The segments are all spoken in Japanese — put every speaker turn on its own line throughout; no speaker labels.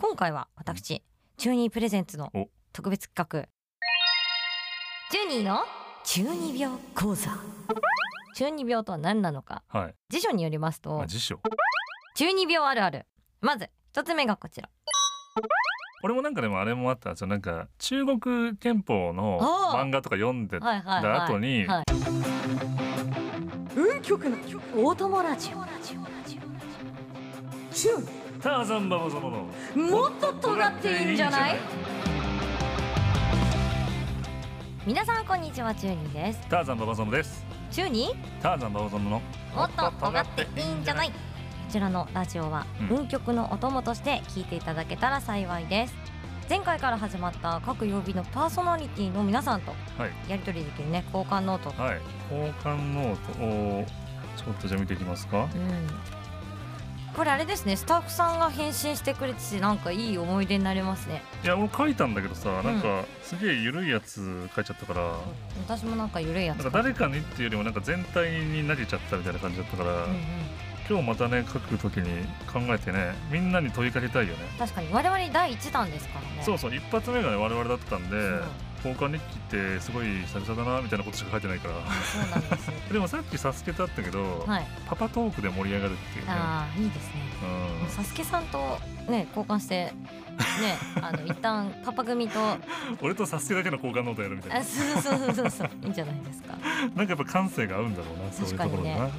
今回は私中二プレゼンツの
お
特別企画中二の中二病講座中二病とは何なのか
はい。
辞書によりますと
あ、辞書。
中二病あるあるまず一つ目がこちら
俺もなんかでもあれもあったんですよ。なんか中国憲法の
あー
漫画とか読んで、
はいはい
だ後に
はい
運極の
大友ラジオ
中
ターザンババ様の
もっと尖っていいんじゃない皆さんこんにちは中二です
ターザンババ様です。
中二
ターザンババ様の
もっと尖っていいんじゃないこちらのラジオは
うん
運極のお供として聞いていただけたら幸いです前回から始まった各曜日のパーソナリティの皆さんと
はい
やり取りできるね交換ノート、
はい。交換ノートをちょっとじゃあ見ていきますか。
うんこれあれですねスタッフさんが返信してくれててなんかいい思い出になりますね
いや俺書いたんだけどさ、なんかすげえ緩いやつ書いちゃったから。
私もなんか緩いや
な
つ
んか誰かにっていうよりもなんか全体に投げちゃったみたいな感じだったから、
うんうん
今日またね書くときに考えてねみんなに問いかけたいよね
確かに我々第一弾ですからね
そううそう一発目がね我々だったんで
そう
交換日記ってすごい久々だなみたいなことしか書いてないから
そうなんですよ
でもさっきサスケとあったけど、
はい
パパトークで盛り上がるっていうね
ああいいですね
うん
サスケさんとね交換してねあ の一旦パパ組とあ
俺とサスケだけの交換ノートやるみたいな
そうそうそうそう そういいんじゃないですか
なんかやっぱ感性が合うんだろうなそういうところでな、はい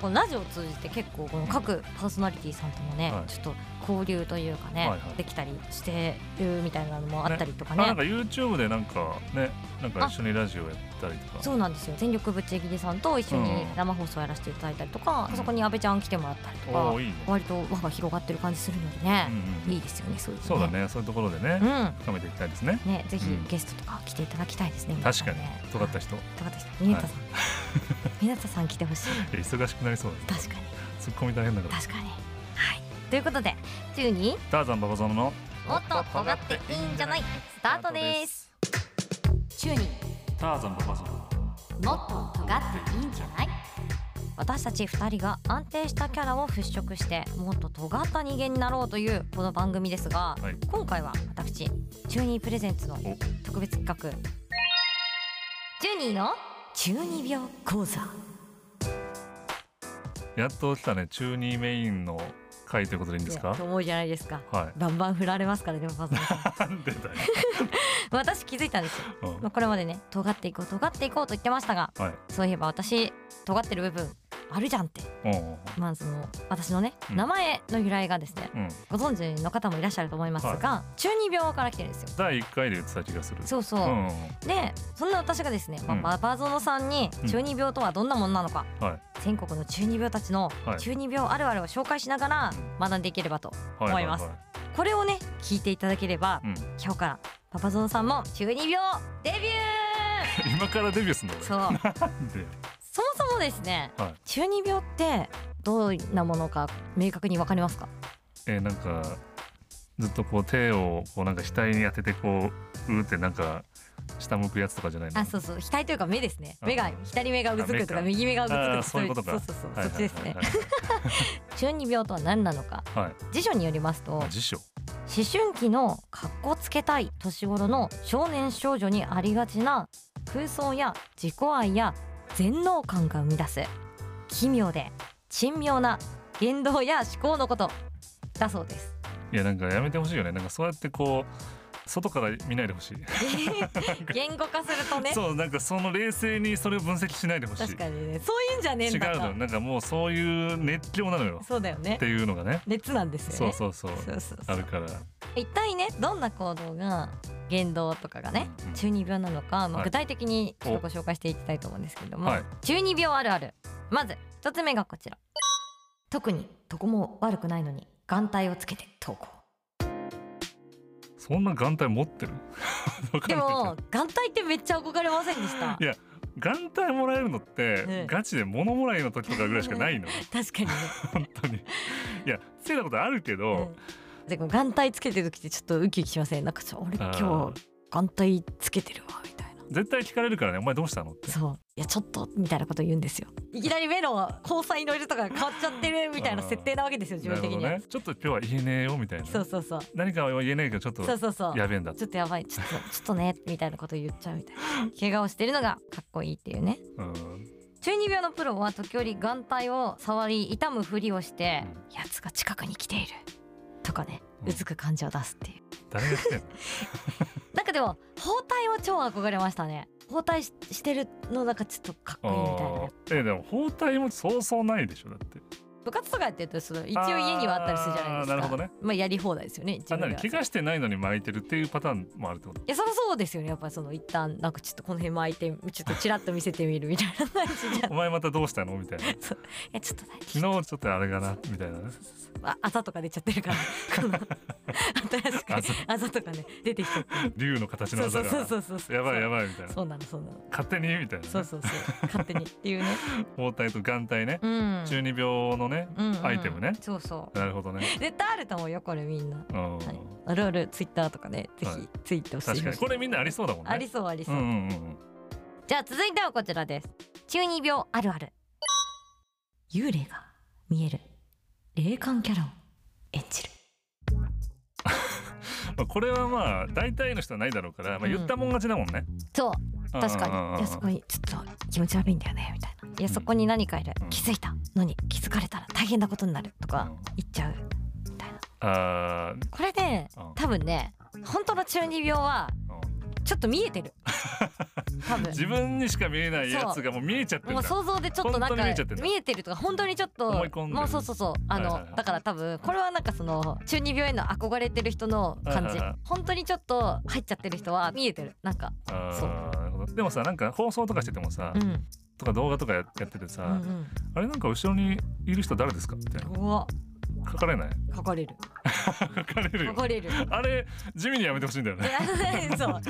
このラジオを通じて結構この各パーソナリティさんともね、
はい
ちょっと交流というかね、
はいはい
できたりしてるみたいなのもあったりとか
あ
ね
なんか YouTube でなんかねなんか一緒にラジオやったりとか
そうなんですよ全力ぶっちぎりさんと一緒に
うん
生放送やらせていただいたりとか、
うん
そこに阿部ちゃん来てもらったりとか、
おーいいね、
割と輪が広がってる感じするので
う
ね、
んうん
いいですよねそういうの
そうだねそういうところでね、深めていきたいですね
うんねぜひ
うん
ゲストとか来ていただきたいですね、皆
確
さん
かに
ね
尖った人
高田さん、ミネタさん、ミネタさん来てほしい。
忙しくなりそうだね
確かに、
ツッコミ大変だから
確かに。はい、ということで、中に
ターザンババゾノの
もっと尖っていいんじゃない。スタートです。中に
ターザンババゾノ
もっと尖っていいんじゃない。私たち二人が安定したキャラを払拭してもっと尖った人間になろうというこの番組ですが、
はい
今回は私中二プレゼンツの
お
特別企画中二の中二病講座
やっと来たね中2メインの回ということでいいんですか
と思うじゃないですか
は
バンバン振られますからね パズルさん
いなんでだよ、
私気づいたんですよ、
うん
まあ、これまでね尖っていこう尖っていこうと言ってましたが
はい
そういえば私尖ってる部分あるじゃんって
うんうん
まあその私のね
うん
名前の由来がですね、
うん
ご存知の方もいらっしゃると思いますが、中二病から来てるんですよ
第1回で言ってた気がする
そうそう、
うんうん
でそんな私がですね、まあ
うん
ババゾノさんに
うん
中二病とはどんなものなのか、
はい
全国の中二病たちの
はい
中二病あるあるを紹介しながら
うん
学んでいければと、
は
思いますこれをね聞いていただければ、
うん、
今日からパパゾンさんも中二病デビュ
今からデビューすんの
ー
俺
そう
なんで
そもそもですね、
はい
中二病ってどんなものか明確にわかりますか
えーなんかずっとこう手をこうなんか額に当ててこううーってなんか下向くやつとかじゃないの
あそうそう額というか目ですね
あ
目が左目がうずくとか
あ目か
右目がうずくと
あー
か
そういうことか
そうそうそう、
は
そ
い
っ
は
ち
い
ですね
はいはい
中二病とは何なのか
はい
辞書によりますと
まあ
思
辞書
春期のかっこつけたい年頃の少年少女にありがちな空想や自己愛や全能感が生み出す奇妙で珍妙な言動や思考のことだそう です。
いやなんかやめてほしいよねなんかそうやってこう外から見ないでほしい、
言語化するとね
そうなんかその冷静にそれを分析しないでほしい
確かにねそういうんじゃねえん
違う
だ
のよ
と
なんかもうそういう熱狂なのよ
そうだよ
っ
ね
ていうのがね
熱なんですよ
そう
ね。
そうそう
そうそうそ
あ
う
るから
一体ねどんな行動が言動とかがね
うん
中二病なのか、ま
は
あ、
い
具体的にちょっとご紹介していきたいと思うんですけども、
はい
中二病あるあるまず一つ目がこちら特にどこも悪くないのに眼帯をつけて投稿
そんな眼帯持ってる わかん
で
ないけど
も眼帯ってめっちゃ憧れませんでした
いや眼帯もらえるのっ
ええ
てガチで物もらいの時とかぐらいしかないの
確かにね、
本当にいやついたことあるけ
う
ど、
んでこの眼帯つけてる時ってちょっとウキウキしませんなんかちょあれ
あー
今日眼帯つけてるわみたいな
絶対聞かれるからねお前どうしたのって
そういやちょっとみたいなこと言うんですよいきなり目の交際の色とか変わっちゃってるみたいな設定なわけですよ自
な
分
る
的
ほど
には、
ねちょっと今日は言えねえよみたいな
そうそうそう
何かは言えねえけどちょっ
そう
と
そうそう
やべえんだ
ちょっとやばいちょっとちょっとねみたいなこと言っちゃうみたいな怪我をしてるのがかっこいいっていうね
うん
中二病のプロは時折眼帯を触り痛むふりをして「やつが近くに来ている」とかね
うん
うずく感じを出すっていう、
誰が してんの
なんかでも包帯は超憧れましたね包帯ししてるのなんかちょっとかっこいいみたいな
あーえでも包帯もそうそうないでしょだって
部活とかやってるとその一応家にはあったりするじゃないですか
あーなるほどね
まあやり放題ですよね自
あ
分
何
では
怪我してないのに巻いてるっていうパターンもあるってこと
いやそりゃそうですよねやっぱりその一旦なんかちょっとこの辺巻いてちょっとチラッと見せてみるみたいな感じ じゃんい
お前またどうしたのみたいな
やちょっと大
昨日ちょっとあれがな みたいなね
ああざとか出ちゃって るからこの新しく
あざ
あざとかね出てきちゃって
竜の形の
そうそうそ
技
う
が
そうそうそう
やばいやばいみたいな
そうなのそうなの
勝手にみたいなね
そうそうそう勝手にって いうね
包帯と眼帯ね
うん
中二病のね
うんうん
アイテムね
そうそう
なるほどね
絶対あると思うよこれみんな
うん
はいあるあるツイッターとかねぜ
は
ひ
い
ツイートして
確か
ほ
に
しい
これみんなありそうだもんね
ありそうありそううん
うんうん
じゃあ続いてはこちらです中二病あるある幽霊が見える霊感キャラを演じる
まあこれはまあ大体の人はないだろうからま
う
あ
ん
言ったもん勝ちだもんね
そう
うん
確か
うんうん
にい
うん
やそこにちょっと気持ち悪いんだよねみたいないやそこに何かいる、
うん
気づいたのに気づかれたら大変なことになると
う
か
ん
言っちゃうみたいな
あー
これね
うん
多分ね本当の中二病は
うん
ちょっと見えて る多分
自分にしか見えないやつがもう見えちゃってるん
もう
だ
想像でちょっとなん
本当に
か
見えちゃってんだ
見えてるとか本当にちょっと
思い込んでる
もうそうそうそうあの、
はいはいはい
だから多分これはなんかその中二病への憧れてる人の感
はい
じ
はいはい
本当にちょっと入っちゃってる人は見えてるなんか
あ
そう
ーなるほどでもさなんか放送とかしててもさ
うん
とか動画とかややってて
う
さ
ん
あれなんか後ろにいる人誰ですかみたい
うんうわ
な書 かれない
書かれる
書かれる
書
よ
かれる
あれ地味にやめてほしいんだよ
い
ね。
やそう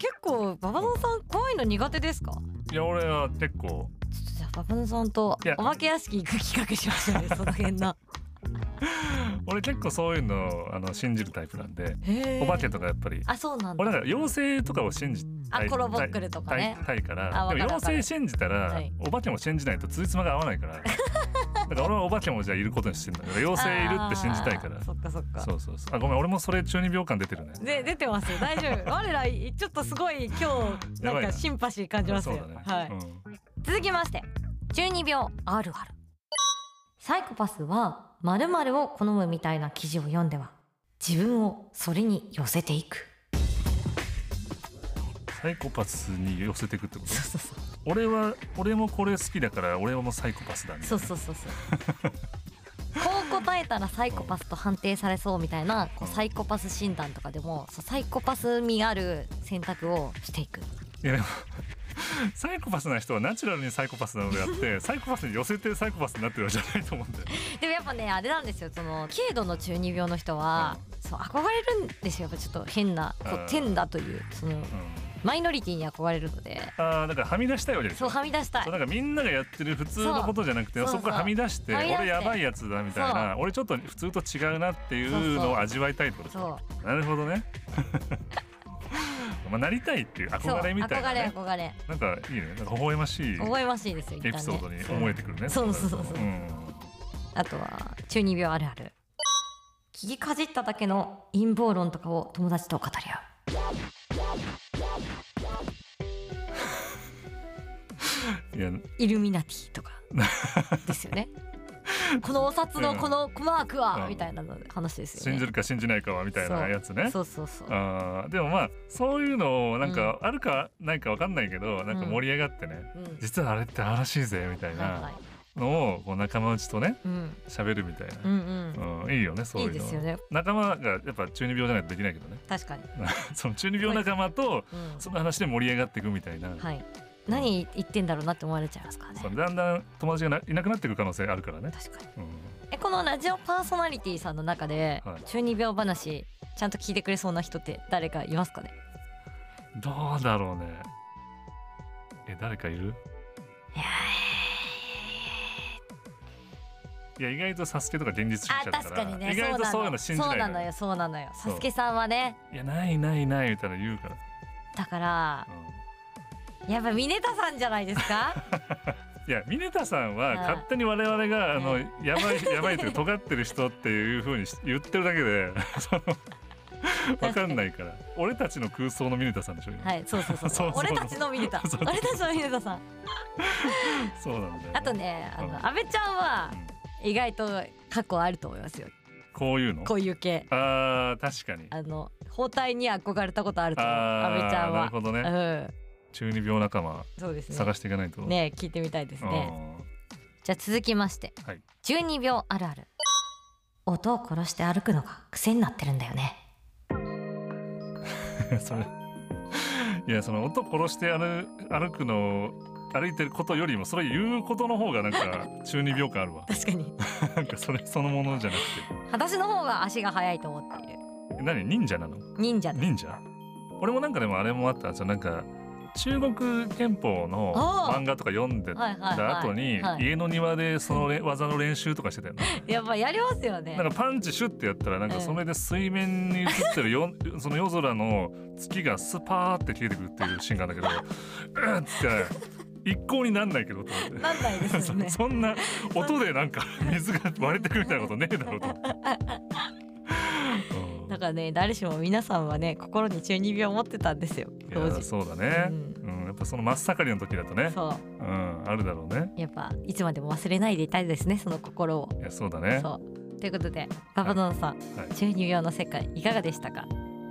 結構ババゾンさん怖いの苦手ですかちょ
いや俺は結構
っとじゃあババゾンさんと
いや
お化け屋敷行く企画しま しょうねその辺の
俺結構そういうのをあの信じるタイプなんで
へー
お化けとかやっぱり
あそうなんだ
俺なんか妖精とかを信じ
あ
たい
コロボックルとかね
たいたいか
あ
ら
わか
で
る
も
わかる
妖精信じたら、
はい
お化けも信じないとつじつまが合わないからだから俺はお化けもじゃあいることにしてんだから妖精いるって信じたいか
あ
ら
ーそっかそっか
そうそうそうあごめん俺もそれ中二秒間出てるね
で出てますよ大丈 夫我らちょっとすごい今日
や
な
ば
ん
い
か
な
シンパシー感じますよ、
そうだね、
はい、
うん
続きまして中二病あるあるサイコパスは〇〇を好むみたいな記事を読んでは自分をそれに寄せていく
サイコパスに寄せていくってこと
そうそう
俺は俺もこれ好きだから俺はもうサイコパスだね
そうそうそうそうこう答えたらサイコパスと判定されそうみたいなこうサイコパス診断とかでもそうサイコパス味ある選択をしていく
いやでも サイコパスな人はナチュラルにサイコパスなのであって サイコパスに寄せてサイコパスになってるわけじゃないと思うんだよ。
でもやっぱねあれなんですよその軽度の中二病の人は、そう憧れるんですよやっぱちょっと変なこ
う
うん天だというその
うん、
マイノリティに憧れるので
ああだからはみ出したいわけです
そう
よ。
はみ出したい
そうなんかみんながやってる普通のことじゃなくて
そう
そこからはみ出して
そうそうはみ出
俺
して
やばいやつだみたいな俺ちょっと普通と違うなっていうのを味わいたいってことです
そ
よ
う
なるほどね。 まあなりたいっていう
そう
憧れみたいな、
憧れ
ね、
憧れ
なんかいいねなんか微笑ましい
微笑ましいですよ一旦
エ
ね
ピソードに思えてくるね。
そうそうそうそう
うん
あとは中二病あるある聞きかじっただけの陰謀論とかを友達と語り合う
いや
イルミナティとかです よねこのお札のこのマークは、
うん
みたいなの話ですよ
信
ね
じるか信じないかはみたいなやつね。
そうそうそう
あーでもまあそういうのをなんかあるかないかわかんないけど、なんか盛り上がってね、
うん
実はあれってあらしいぜみたい
はいはい
なのをこう仲間内とね
うん
喋るみたいな
う、ん
うんいいよねそう
うん、い
い
うい
の
ですよね
仲間がやっぱ中二病じゃないとできないけどね
確かに、
その中二病仲間と
うん、
その話で盛り上がっていくみたいな、
はい何言ってんだろうなって思われちゃいますからね
そのだんだん友達がないなくなっていく可能性あるからね、
確かに
うん、
えこのラジオパーソナリティさんの中で、
はい
中二病話ちゃんと聞いてくれそうな人って誰かいますかね
どうだろうねえ誰かいるいや意外とサスケとか現実主義者
あ
だ
確
か
からにね
意外とそういうの信じない
そうなのよそうなのよ
そ
サ
う
スケさんはね
いやないないないみたいな言うから
だから
うん
やっぱ峰田さんじゃないです か
いや峰田さんは
うん
勝手に我々があの
うん
や ばいやばいというか尖ってる人っていう風にし言ってるだけでそのわかんないから俺たちの空想の峰田さんでしょ今
はいそうそうそう
そうそう
俺たちの峰田
そう
俺たちの峰田さん
そうなんだよ
あとねあ
うん
の安倍ちゃんは
うん
意外と過去あると思いますよ
こういうの
こういう系
あー確かに
あの包帯に憧れたことあると思う
あ
安倍ちゃん
ーなる
は
ほどね中二病仲間
うんそうですね
探していかないと
ね聞いてみたいですね
うん
じゃあ続きまして、
はい
12秒あるある音を殺して歩くのが癖になってるんだよね
それいやその音殺して歩歩くの歩いてることよりもそれ言うことの方がな んか中二病感あるわ
確かに
なんかそれそのものじゃなく
私の方が足が速いと思っている
てえ何忍者なの
忍者です
忍者俺もなんかでもあれもあったじゃなんか中国憲法の
あー
漫画とか読んで
はいはいはい
た後に
はい
家の庭でそのれ技の練習とかしてたよね
やっぱやりますよね
なんかパンチシュッてやったらなん
う
か
ん
それで水面に映ってるよ その夜空の月がスパーって消えてくるっていうシーンがあるんだけどうんっつって一向になんないけどと思って。
なんないですよね
そそんな音でなんか水が割れてくるみたいなことねえだ ろうと思って。うん
だからね誰しも皆さんはね心に中二病を持ってたんですよ
い
当
や
時
そうだね、
う
うんんやっぱその真っ盛りの時だとね、
そ
うん、あるだろうね
うやっぱいつまでも忘れないでいたいですねその心を
いやそうだね
そうということでババドンさん、
はい
中二病の世界いかがでしたか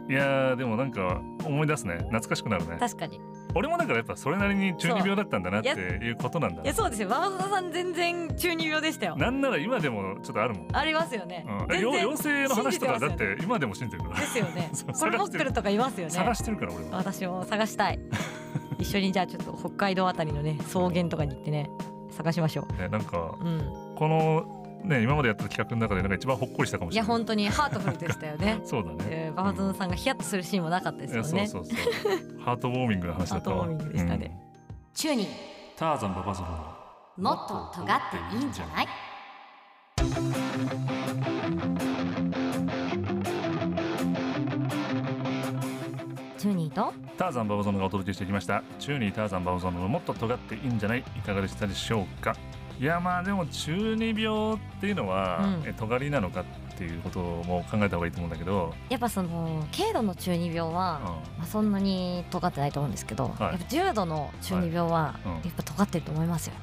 いやーでもなんか思い出すね懐かしくなるね
確かに
俺もだからやっぱそれなりに中二病だったんだなって
そう
いうことなんだ
いやそうですよババドンさん全然中二病でしたよ
なんなら今でもちょっとあるもん。
ありますよね、
うん、
全
よ
然
妖精の話とかだ
信
っ
じて
て今でも信じてるから、
ですよね
そう
これ持ってるとかいますよね
探してるから俺は
私も探した い一緒にじゃあちょっと北海道あたりのね草原とかに行ってね探しましょ
ねなんか
ううん
このね今までやった企画の中でなんか一番ほっこりしたかも
い
しれ
や
ない
本当にハートフルでしたよ ね
そうだね、
えーババゾンさんがヒヤッとするシーンもなかったです
い
よ
や
ね
そうそうそうハートウォーミングな話だったわ
ハートウォーミングでしたね、中に
うんターザンババゾロ
もっと尖っていいんじゃないチューニーと
ターザンババゾロがお届けしてきました中二ターザンババゾロのもっと尖っていいんじゃないいかがでしたでしょうかいやまあでも中二病っていうのは、
うん
え尖りなのかっていうことも考えた方がいいと思うんだけど、
やっぱその軽度の中二病は、まあ、そんなに尖ってないと思うんですけど、
い
やっぱ重度の中二病は
うん
やっぱ尖ってると思い ますよ、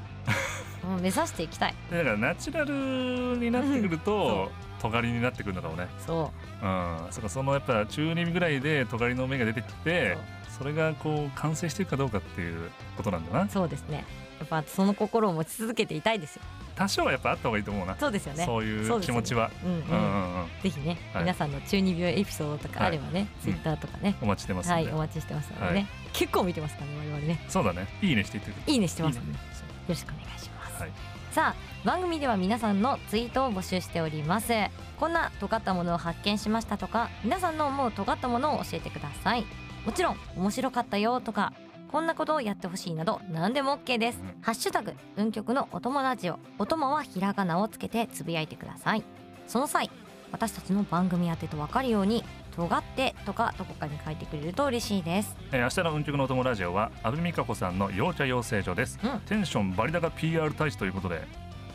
もう目指していきたい
でだからナチュラルになってくると、尖りになってくるのかもね。
そ
うん、そっかそのやっぱ中二ぐらいで尖りの目が出てきて、それがこう完成していくかどうかっていうことなんだな
う。そうですねやっぱその心を持ち続けていたいですよ
多少はやっぱあった方がいいと思うな。
そうですよね
そういう気持ちは。
うんうん、
うんうんうん。
ぜひね、
はい
皆さんの中二病エピソードとかあればね、ツイッターとかね、
お待ちしてますん
はい
で。
お待ちしてますのでね、
はい
結構見てますからね我々ね
そうだね。いいねしていってくれ。
いいねしてます
い
ん
い
で、
ね
よろしくお願いします、
はい
さあ番組では皆さんのツイートを募集しておりますこんな尖ったものを発見しましたとか皆さんの思う尖ったものを教えてくださいもちろん面白かったよとかこんなことをやってほしいなど何でも OK です、
う
ハッシュタグ運極のお友ラジオお供はひらがなをつけてつぶやいてくださいその際私たちの番組宛てと分かるように尖ってとかどこかに書いてくれると嬉しいです
えー明日の運極のお供ラジオは安部美香子さんの陽茶養成所です、
うん
テンションバリ高 PR 大使ということで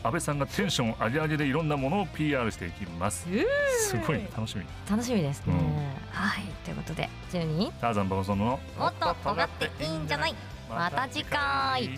安倍さんがテンション上げ上げでいろんなものを PR していきます
うー
すごい楽しみ
楽しみですね、
う
はいということで12
ターザンバオゾンの
もっと尖っていいんじゃないまた次回